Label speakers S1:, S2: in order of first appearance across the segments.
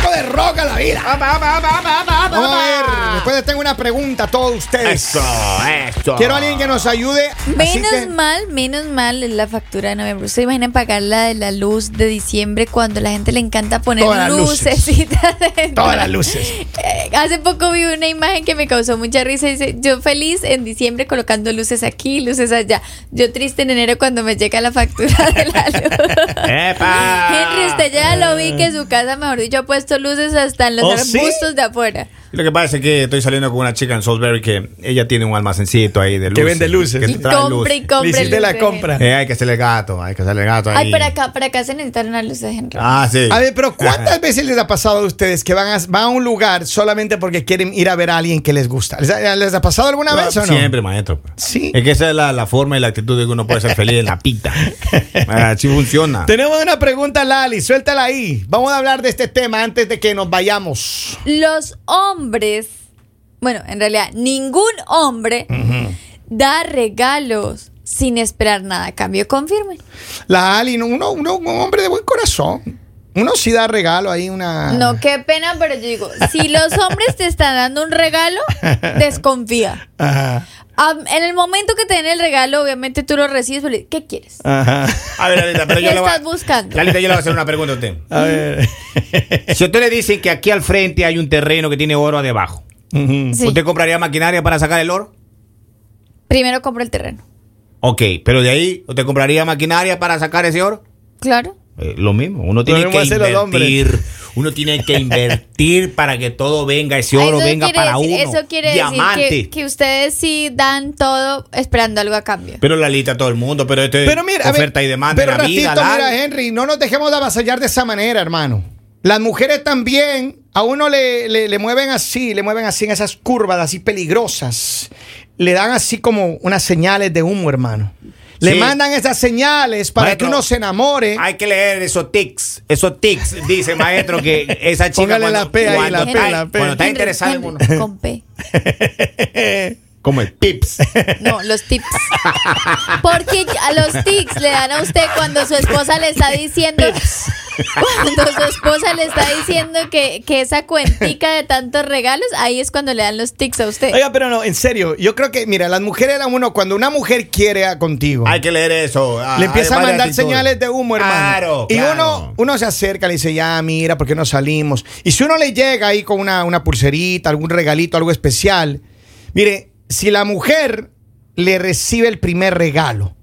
S1: saca la vida.
S2: Apa, apa, apa, apa, apa, apa,
S1: Vamos a ver,
S2: apa.
S1: después les tengo una pregunta a todos ustedes.
S3: Eso, eso.
S1: Quiero a alguien que nos ayude. así
S4: Menos
S1: que-
S4: mal, menos mal la factura de noviembre. ¿Se imaginan pagar la de la luz de diciembre cuando a la gente le encanta poner
S1: Todas las luces.
S4: lucecitas dentro?
S1: Todas las luces.
S4: Eh, hace poco vi una imagen que me causó mucha risa. Dice, yo feliz en diciembre colocando luces aquí, luces allá. Yo triste en enero cuando me llega la factura de la luz.
S3: ¡Epa!
S4: Henry, este- usted ya lo vi que su casa, mejor dicho, ha puesto luces hasta en los
S3: ¿Oh, sí?
S4: arbustos de afuera.
S3: Lo que pasa es que estoy saliendo con una chica en Salisbury que ella tiene un almacencito ahí de luces.
S1: Que vende luces.
S3: Que
S4: Y
S3: trae
S4: compre
S3: luces.
S4: y
S1: Le
S4: compre.
S1: hiciste la
S4: luces,
S1: compra.
S4: Henry.
S3: Eh, hay que hacerle gato, hay que hacerle gato ahí.
S4: Ay, para acá, para acá se necesitan unas luces, Henry.
S3: Ah, sí.
S1: A ver, pero ¿cuántas veces les ha pasado a ustedes que van a, van a un lugar solamente porque quieren ir a ver a alguien que les gusta? ¿Les ha, les ha pasado alguna vez o no?
S3: Siempre, Eh. maestro. pues.
S1: Sí.
S3: Es que esa es la, la forma y la actitud de que uno puede ser feliz en la pita. Así funciona.
S1: Tenemos una pregunta, Lali, suéltala ahí. Vamos a hablar de este tema antes de que nos vayamos.
S4: Los hombres, bueno, en realidad, ningún hombre da regalos sin esperar nada. a Cambio, confirmen.
S1: Lali, no, uno, uno, un hombre de buen corazón. Uno sí da regalo ahí,
S3: Ah.
S1: una...
S4: No, qué pena, pero yo digo, si los hombres te están dando un regalo, desconfía.
S1: Ajá,
S4: Am- en el momento que te den el regalo, obviamente tú lo recibes, pero ¿qué quieres?
S1: ajá.
S3: A ver, Lalita, pero
S4: ¿Qué
S3: yo le voy a-
S4: estás buscando?
S3: Lalita, yo le voy a hacer una pregunta a usted.
S1: A ver.
S3: Si usted le dice que aquí al frente hay un terreno que tiene oro debajo,
S1: Ujú.
S4: Sí.
S3: ¿usted compraría maquinaria para sacar el oro?
S4: Primero compro el terreno.
S3: Ok, pero de ahí, ¿usted compraría maquinaria para sacar ese oro?
S4: Claro.
S3: Eh, lo mismo, uno tiene
S1: mismo
S3: que
S1: hacen los
S3: invertir. Uno tiene que invertir para que todo venga, ese oro
S4: Eso
S3: venga
S4: quiere
S3: para
S4: decir-
S3: uno.
S4: Eso quiere
S3: Diamante.
S4: decir que, que ustedes sí dan todo esperando algo a cambio.
S3: Pero la lista todo el mundo, pero esto es
S1: Pero mira, a ver,
S3: oferta y demanda
S1: Pero
S3: en la vida.
S1: ratito,
S3: Lali.
S1: mira, Henry, no nos dejemos de avasallar de esa manera, hermano. Las mujeres también, a uno le, le- le mueven así, le mueven así en esas curvas así peligrosas. Le dan así como unas señales de humo, hermano. Le
S3: Sí.
S1: mandan esas señales para
S3: Maestro,
S1: que uno se enamore.
S3: Hay que leer esos tics, esos tics, dice maestro que esa chica
S1: Póngale
S3: cuando,
S1: la P ahí, la
S3: cuando
S1: P,
S3: está,
S1: la P.
S3: cuando está
S4: Henry,
S3: interesada en
S4: Henry,
S3: uno.
S4: Con P.
S3: Como el pips.
S4: No, los tips. Porque a los tips le dan a usted cuando su esposa le está diciendo. Cuando su esposa le está diciendo que, que esa cuentica de tantos regalos, ahí es cuando le dan los tics a usted.
S1: Oiga, pero no, en serio, yo creo que, mira, las mujeres a uno, cuando una mujer quiere a contigo,
S3: Hay que leer eso. Ah,
S1: le empieza a
S3: hay varias
S1: mandar
S3: actitudes.
S1: señales de humo, hermano.
S3: Claro,
S1: y
S3: claro.
S1: uno, uno se acerca, le dice, ya, mira, ¿por qué no salimos? Y si uno le llega ahí con una, una pulserita, algún regalito, algo especial, mire, si la mujer le recibe el primer regalo,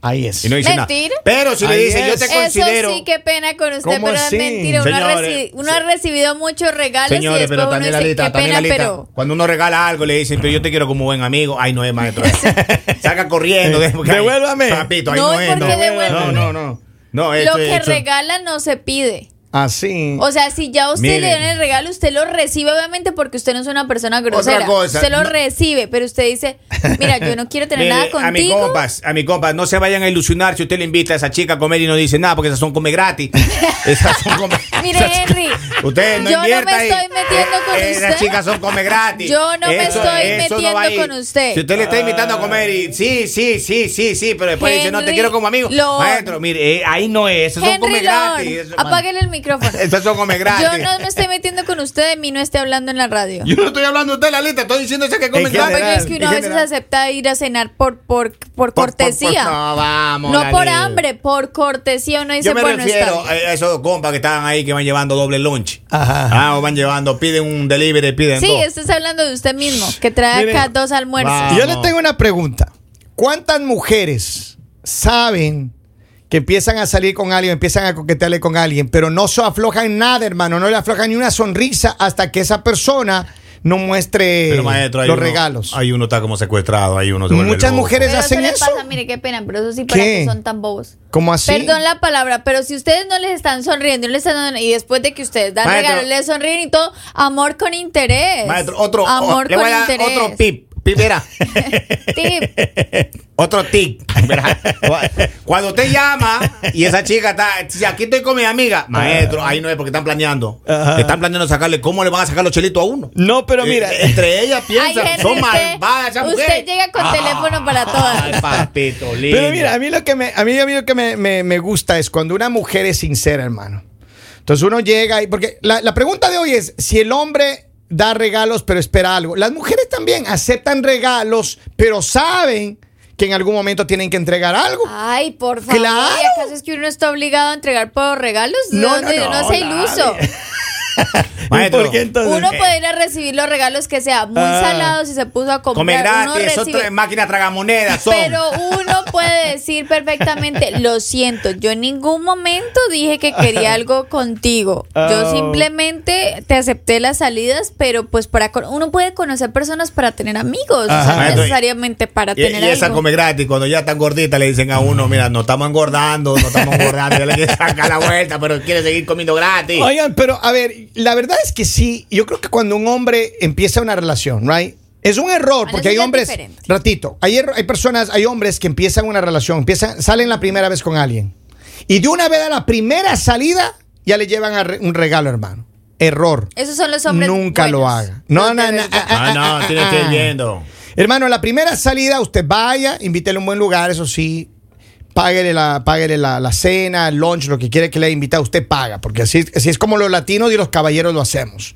S1: ahí es.
S3: Y no dice nada.
S4: Mentira.
S3: Pero si le
S1: Ahí
S3: dice, yo
S1: es.
S3: te
S4: Eso
S3: considero.
S4: sí, qué pena con usted,
S1: ¿Cómo
S4: pero es
S1: así?
S4: mentira. Uno, ha,
S3: Señores,
S4: recibido, uno ha recibido muchos regalos y
S3: Señores,
S4: después
S3: pero
S4: uno
S3: también la
S4: dice, qué
S3: lista, también la
S4: pena,
S3: lista.
S4: pero...
S3: Cuando uno regala algo, le dicen, pero yo te quiero como buen amigo. Ay, no es maestro. Saca corriendo. porque ahí-
S1: Devuélvame.
S3: Papito, ahí
S4: No,
S3: no,
S4: ¿y
S3: es.
S4: por
S3: No,
S4: qué devuélveme?
S3: no, no, no. No,
S4: Lo
S3: esto-
S4: que
S3: esto-
S4: regala no se pide.
S1: Así.
S4: O sea, si ya a usted le
S3: Miren.
S4: dieron el regalo, usted lo recibe, obviamente, porque usted no es una persona grosera.
S3: cosa,
S4: usted lo
S3: no-
S4: recibe, pero usted dice, mira, yo no quiero tener
S3: Mire,
S4: nada
S3: A mi
S4: contigo.
S3: compas, a mi compas, no se vayan a ilusionar si usted le invita a esa chica a comer y no dice nada, porque esas son come gratis. Esas son come
S4: Mire,
S3: esas-
S4: Henry,
S3: Usted no
S4: yo no me
S3: invierta ahí.
S4: estoy metiendo con
S3: Eh, Esas
S4: usted.
S3: chicas son come gratis.
S4: Yo no me estoy
S3: va
S4: metiendo
S3: ahí.
S4: con usted.
S3: Si usted le está invitando a comer y sí, sí, sí, sí, sí, pero después dice, no, te
S4: Henry
S3: quiero como amigo.
S4: Lord.
S3: Maestro, mire, eh, ahí no es, esas son come
S4: Henry Lord,
S3: gratis. Eso-
S4: apáguele el micrófono.
S3: Esas son come gratis.
S4: Yo no me estoy metiendo con usted, de mí no esté hablando en la radio.
S3: Yo no estoy hablando de usted, la lista, estoy diciendo esa que come
S1: En
S4: No,
S3: gratis.
S4: pero es que
S1: general,
S4: uno
S1: en
S4: a veces
S1: general.
S4: acepta ir a cenar por, por, por
S3: Por- por- por-
S4: cortesía.
S3: no, vamos,
S4: No
S3: la
S4: por
S3: lista.
S4: hambre, por cortesía uno dice,
S3: Yo me
S4: bueno, está
S3: refiero
S4: bien".
S3: a a esos compas que están ahí que van llevando doble lunch.
S1: Ajá.
S3: Ah, o van llevando, piden un delivery, piden
S4: Sí,
S3: dos.
S4: estás hablando de usted mismo, que trae
S1: Mire,
S4: acá dos almuerzos.
S3: va.
S1: yo le
S3: Vamos.
S1: tengo una pregunta. ¿Cuántas mujeres saben que empiezan a salir con alguien, empiezan a coquetearle con alguien, pero no se aflojan nada, hermano? No le aflojan ni una sonrisa hasta que esa persona no muestre
S3: Pero, maestro, hay
S1: los
S3: uno-
S1: regalos.
S3: Hay uno está como secuestrado, hay uno se vuelve
S1: Muchas
S3: loco.
S1: mujeres
S4: Pero
S1: hacen
S4: le
S1: eso.
S4: pasa, mire qué pena, pero eso sí para
S1: ¿Qué?
S4: que son tan bobos.
S1: ¿Cómo así?
S4: Perdón la palabra, pero si ustedes no les están sonriendo, no les están dando- y después de que ustedes dan
S3: Maestro.
S4: regalos, les sonríen y todo, amor con interés.
S3: Maestro, otro,
S4: amor
S3: o- le
S4: con
S3: voy a dar
S4: interés.
S3: otro pip, pip, verá.
S4: Tip.
S3: otro tic. verá. Cuando usted llama y esa chica está, si aquí estoy con mi amiga,
S1: Ah.
S3: maestro, ahí no es porque están planeando. Están planeando sacarle, ¿cómo le van a sacar los chelitos a uno?
S1: No, pero mira.
S3: Eh, entre ellas
S4: Ay,
S3: piensan,
S4: Henry,
S3: son
S4: usted,
S3: malvadas esas
S4: usted
S3: mujeres. Ah,
S4: llega con teléfono para
S3: Ay,
S4: todas.
S3: papito, lindo.
S1: Pero mira, a mí lo que me, a mí, a mí lo que me, me- me gusta es cuando una mujer es sincera, hermano. Entonces uno llega y. Porque la, la pregunta de hoy es: si el hombre da regalos, pero espera algo. Las mujeres también aceptan regalos, pero saben que en algún momento tienen que entregar algo.
S3: ah.
S4: Ay, por favor.
S1: Claro.
S4: ¿y ¿Acaso es que uno está obligado a entregar por regalos?
S1: No,
S4: No, no,
S1: no,
S4: no,
S1: no,
S4: sea iluso.
S3: Maestro,
S1: entonces?
S4: Uno puede ir a recibir los regalos que sea muy
S1: Ah.
S4: salado si se puso a comprar.
S3: come
S4: uno
S3: gratis,
S4: recibe-
S3: otra máquina tragamonedas. Son.
S4: Pero uno puede decir perfectamente, lo siento, yo en ningún momento dije que quería algo contigo. Yo
S1: Oh.
S4: simplemente te acepté las salidas, pero pues para con- uno puede conocer personas para tener amigos, o sea,
S1: Ajá.
S4: no
S3: Maestro, y-
S4: necesariamente para
S3: Y,
S4: tener
S3: y esa
S4: algo.
S3: come gratis, cuando ya están gorditas le dicen a uno, mira, no estamos engordando, no estamos engordando, ya le quiere sacar la vuelta, pero quiere seguir comiendo gratis.
S1: Oigan, pero a ver, la verdad es que sí, yo creo que cuando un hombre empieza una relación, right? Es un error,
S4: Bueno,
S1: porque
S4: eso
S1: hay
S4: ya es
S1: hombres,
S4: diferente.
S1: ratito, hay, er- hay personas, hay hombres que empiezan una relación, empiezan, salen la primera vez con alguien. Y de una vez a la primera salida, ya le llevan a re- un regalo, hermano. Error.
S4: Esos son los hombres.
S1: Nunca lo
S4: buenos,
S1: haga. No,
S4: los
S1: no,
S4: de
S1: no,
S4: verdad.
S1: ah,
S3: Ah,
S1: ah, ah,
S3: no, tiene que
S1: ah.
S3: ir viendo.
S1: Hermano, la primera salida, usted vaya, invítele a un buen lugar, eso sí. Páguele la, páguele la, la cena, el lunch, lo que quiere que le haya invitado, usted paga, porque así, así es como los latinos y los caballeros lo hacemos.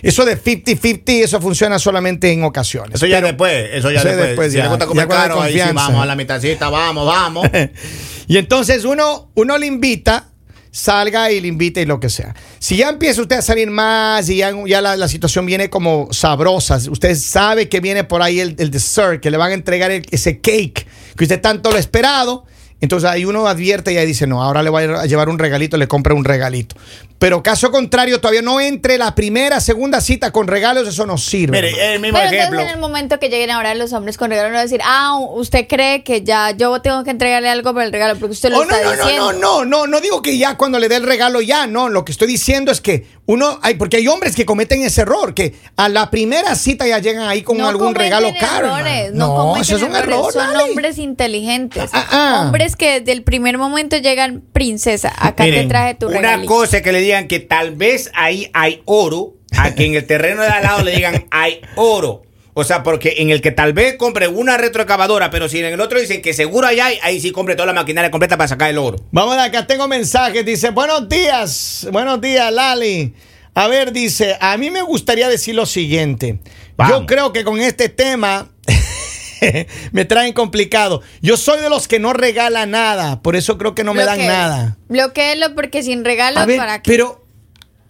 S1: Eso de 50-50, eso funciona solamente en ocasiones.
S3: Eso ya
S1: Pero-
S3: después, eso ya
S1: eso
S3: después.
S1: después,
S3: si
S1: ya,
S3: le gusta
S1: ya
S3: comer
S1: cuando hay
S3: caro, ahí sí,
S1: confianza.
S3: vamos a la mitacita, vamos, vamos.
S1: Y entonces uno, uno le invita, salga y le invita y lo que sea. Si ya empieza usted a salir más y ya, ya la, la situación viene como sabrosa, usted sabe que viene por ahí el, el dessert, que le van a entregar el- ese cake que usted tanto lo ha esperado. Entonces ahí uno advierte y ahí dice, no, ahora le voy a llevar un regalito, le compra un regalito. Pero caso contrario, todavía no entre la primera, segunda cita con regalos, eso no sirve. hermano.
S3: Mire, el mismo
S4: Pero
S3: ejemplo.
S4: entonces en el momento que lleguen ahora los hombres con regalo, no va a decir, ah, usted cree que ya yo tengo que entregarle algo por el regalo, porque usted lo
S1: Oh, no,
S4: está
S1: no, no,
S4: diciendo.
S1: no, no, no, no digo que ya cuando le dé el regalo ya, no, lo que estoy diciendo es que uno, hay, porque hay hombres que cometen ese error, que a la primera cita ya llegan ahí con
S4: No
S1: algún
S4: cometen
S1: regalo caro.
S4: errores,
S1: hermano.
S4: no,
S1: eso es un
S4: cometen
S1: error.
S4: errores, Son
S1: dale.
S4: hombres inteligentes.
S1: Ah, ah, ah.
S4: Hombres que desde el primer momento llegan, princesa, acá
S3: Miren,
S4: te traje tu
S3: una
S4: regalito.
S3: cosa es que le digan que tal vez ahí hay oro, a que en el terreno de al lado le digan hay oro. O sea, porque en el que tal vez compre una retroexcavadora, pero si en el otro dicen que seguro allá hay, ahí sí compre toda la maquinaria completa para sacar el oro.
S1: Vamos de acá, tengo mensajes. Dice, buenos días, buenos días, Lali. A ver, dice, a mí me gustaría decir lo siguiente. Yo
S3: Vamos.
S1: creo que con este tema me traen complicado. Yo soy de los que no regala nada, por eso creo que no me dan
S4: Bloquéelo.
S1: nada.
S4: Bloquéelo porque sin regalo,
S1: A ver,
S4: Ah, ¿para qué?
S1: pero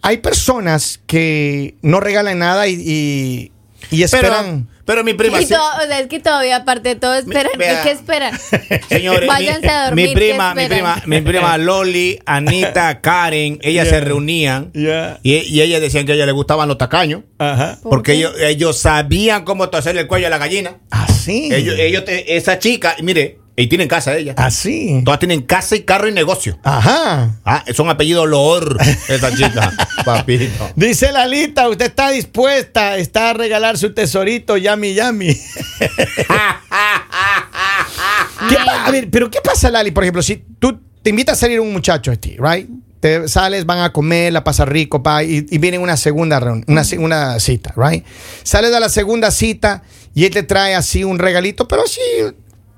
S1: hay personas que no regalan nada y, y, y
S3: Pero,
S1: esperan.
S3: pero mi prima.
S4: Y
S3: sí-
S4: to- o sea, es que todavía, aparte de todo, esperan.
S3: vea.
S4: ¿Y qué esperan?
S3: Señores,
S4: váyanse
S3: mi,
S4: a dormir.
S3: mi
S4: ¿qué
S3: prima, mi
S4: esperan?
S3: prima, mi prima Loli, Anita, Karen, ellas
S1: Yeah.
S3: se reunían
S1: Yeah.
S3: y, y ellas decían que a ella le gustaban los tacaños
S1: Ajá.
S4: ¿Por
S3: porque
S4: qué?
S3: ellos, ellos sabían cómo torcerle el cuello a la gallina.
S1: Así.
S3: Ellos, ellos te- esa chica, y mire, y tienen casa ella.
S1: así.
S3: Todas tienen casa y carro y negocio.
S1: Ajá.
S3: Ah, son apellidos Loor, esa chica, papito.
S1: Dice la lista, usted está dispuesta, está a regalar su tesorito, Yami Yami. ¿Qué pa- a ver, pero ¿qué pasa, Lali? Por ejemplo, si tú te invita a salir un muchacho a ti, ¿right? Te sales, van a comer, la pasas rico, pa, y, y viene una segunda reunión, una, ci- una cita, ¿right? Sales a la segunda cita y él te trae así un regalito, pero así,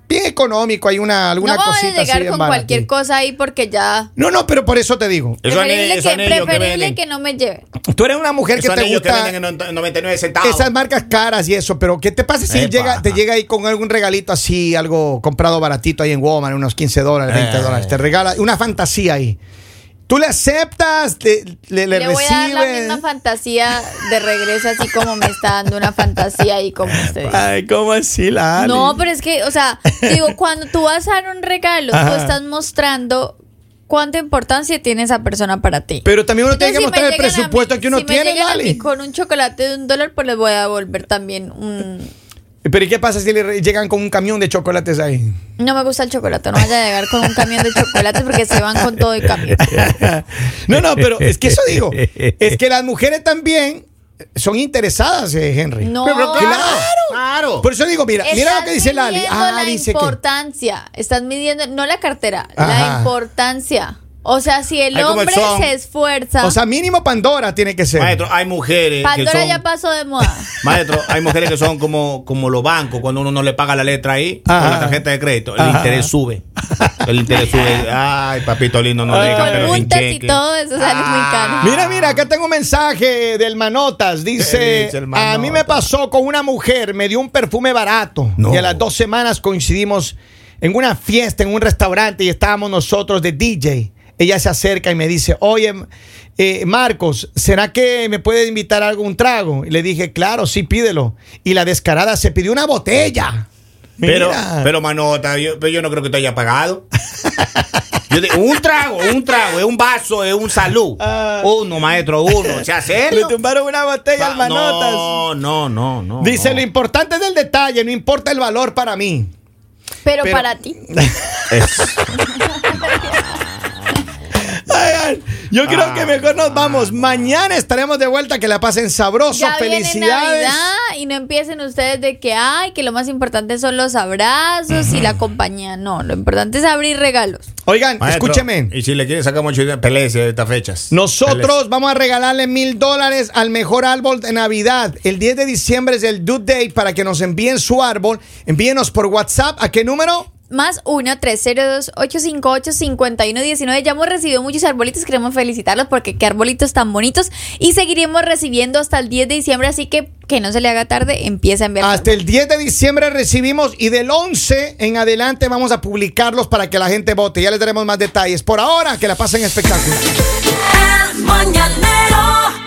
S1: bien económico, hay una, alguna
S4: No vamos a
S1: cosita así
S4: llegar
S1: bien
S4: con cualquier
S1: baratita.
S4: cosa ahí porque ya.
S1: No, no, pero por eso te digo.
S3: Esos
S4: preferible
S3: anillos- esos
S4: que,
S3: anillos que
S4: preferible
S3: venden.
S4: que no me lleve.
S1: Tú eres una mujer que
S3: Esos
S1: te
S3: anillos
S1: gusta
S3: que venden en 99 centavos.
S1: esas marcas caras y eso, pero ¿qué te pasa si
S3: Epa.
S1: llega, te llega ahí con algún regalito así, algo comprado baratito ahí en Walmart, unos 15 dólares, 20
S3: Eh.
S1: dólares? Te regala una fantasía ahí. Tú le aceptas, te- le, le
S4: Le, voy a dar la
S1: recibes.
S4: misma fantasía de regreso, así como me está dando una fantasía ahí como usted.
S1: Ay, ¿cómo así, la
S4: No, pero es que, o sea, digo, cuando tú vas a dar un regalo,
S1: Ajá.
S4: tú estás mostrando cuánta importancia tiene esa persona para ti.
S1: Pero también uno tiene que
S4: Entonces, si
S1: mostrar
S4: me
S1: el
S4: llegan a mí-
S1: presupuesto que uno
S4: si me
S1: tiene,
S4: llegan a
S1: dale.
S4: mí con un chocolate de un dólar, pues les voy a devolver también un...
S1: Pero ¿y qué pasa si le re- llegan con un camión de chocolates ahí?
S4: No me gusta el chocolate, no vaya a llegar con un camión de chocolate porque se van con todo y camión.
S1: No, no, pero es que eso digo. Es que las mujeres también son interesadas, eh, Henry.
S4: No,
S3: Pero
S1: Claro.
S3: claro.
S1: Por eso digo, mira, mira lo que dice
S4: Estás
S1: Lali.
S4: midiendo
S1: Ah,
S4: la
S1: dice que.
S4: importancia. Estás midiendo, no la cartera,
S1: Ajá.
S4: la importancia. O sea, si el
S3: Ahí como el
S4: hombre
S3: son.
S4: se esfuerza.
S1: O sea, mínimo Pandora tiene que ser.
S3: Maestro, hay mujeres que
S4: Pandora
S3: son,
S4: ya pasó de moda.
S3: maestro, hay mujeres que son como, como los bancos, cuando uno no le paga la letra ahí,
S1: Ajá.
S3: con la tarjeta de crédito, el
S1: Ajá.
S3: interés sube. El interés sube. Ay, papito lindo, no le
S1: Ay.
S3: digan,
S4: Con
S3: pero sin
S4: multas y
S3: cheque. Ah.
S4: todo eso sale muy caro.
S1: Mira, mira, acá tengo un mensaje del Manotas.
S3: ¿Qué
S1: Dice,
S3: dice el
S1: a
S3: Manotas?
S1: mí me pasó con una mujer, me dio un perfume barato.
S3: No.
S1: Y a las dos semanas coincidimos en una fiesta, en un restaurante, y estábamos nosotros de DJ. Ella se acerca y me dice, oye, eh, Marcos, ¿será que me puede invitar a algún trago? Y le dije, claro, sí, pídelo. Y la descarada se pidió una botella.
S3: Pero,
S1: Mira.
S3: pero Manota, yo, pero yo no creo que te haya pagado. Yo digo, un trago, un trago, es un vaso, es un salud.
S1: Ah.
S3: Uno, maestro, uno. ¿Se
S1: le
S3: hace?
S1: tumbaron una botella al Manotas.
S3: No, no, no, no.
S1: Dice,
S3: no.
S1: lo importante es el detalle, no importa el valor para mí.
S4: Pero,
S1: Pero-
S4: para ti.
S1: Oigan, yo creo
S3: Ah,
S1: que mejor nos vamos. Mañana estaremos de vuelta. Que la pasen sabroso.
S4: Ya viene
S1: Felicidades.
S4: Navidad y no empiecen ustedes de que ay, que lo más importante son los abrazos y la compañía. No, lo importante es abrir regalos.
S1: Oigan,
S3: Maestro,
S1: escúcheme.
S3: Y si le quieren sacar mucho dinero, pelees de estas fechas.
S1: Nosotros vamos a regalarle mil dólares al mejor árbol de Navidad. El 10 de diciembre es el due date para que nos envíen su árbol. Envíenos por WhatsApp. ¿A qué número?
S4: Más 1-302-858-5119. Ya hemos recibido muchos arbolitos. Queremos felicitarlos porque qué arbolitos tan bonitos. Y seguiremos recibiendo hasta el 10 de diciembre. Así que que no se le haga tarde. Empieza a enviar.
S1: Hasta el 10 de diciembre recibimos y del 11 en adelante vamos a publicarlos para que la gente vote. Ya les daremos más detalles. Por ahora, que la pasen espectacular.
S2: El mañanero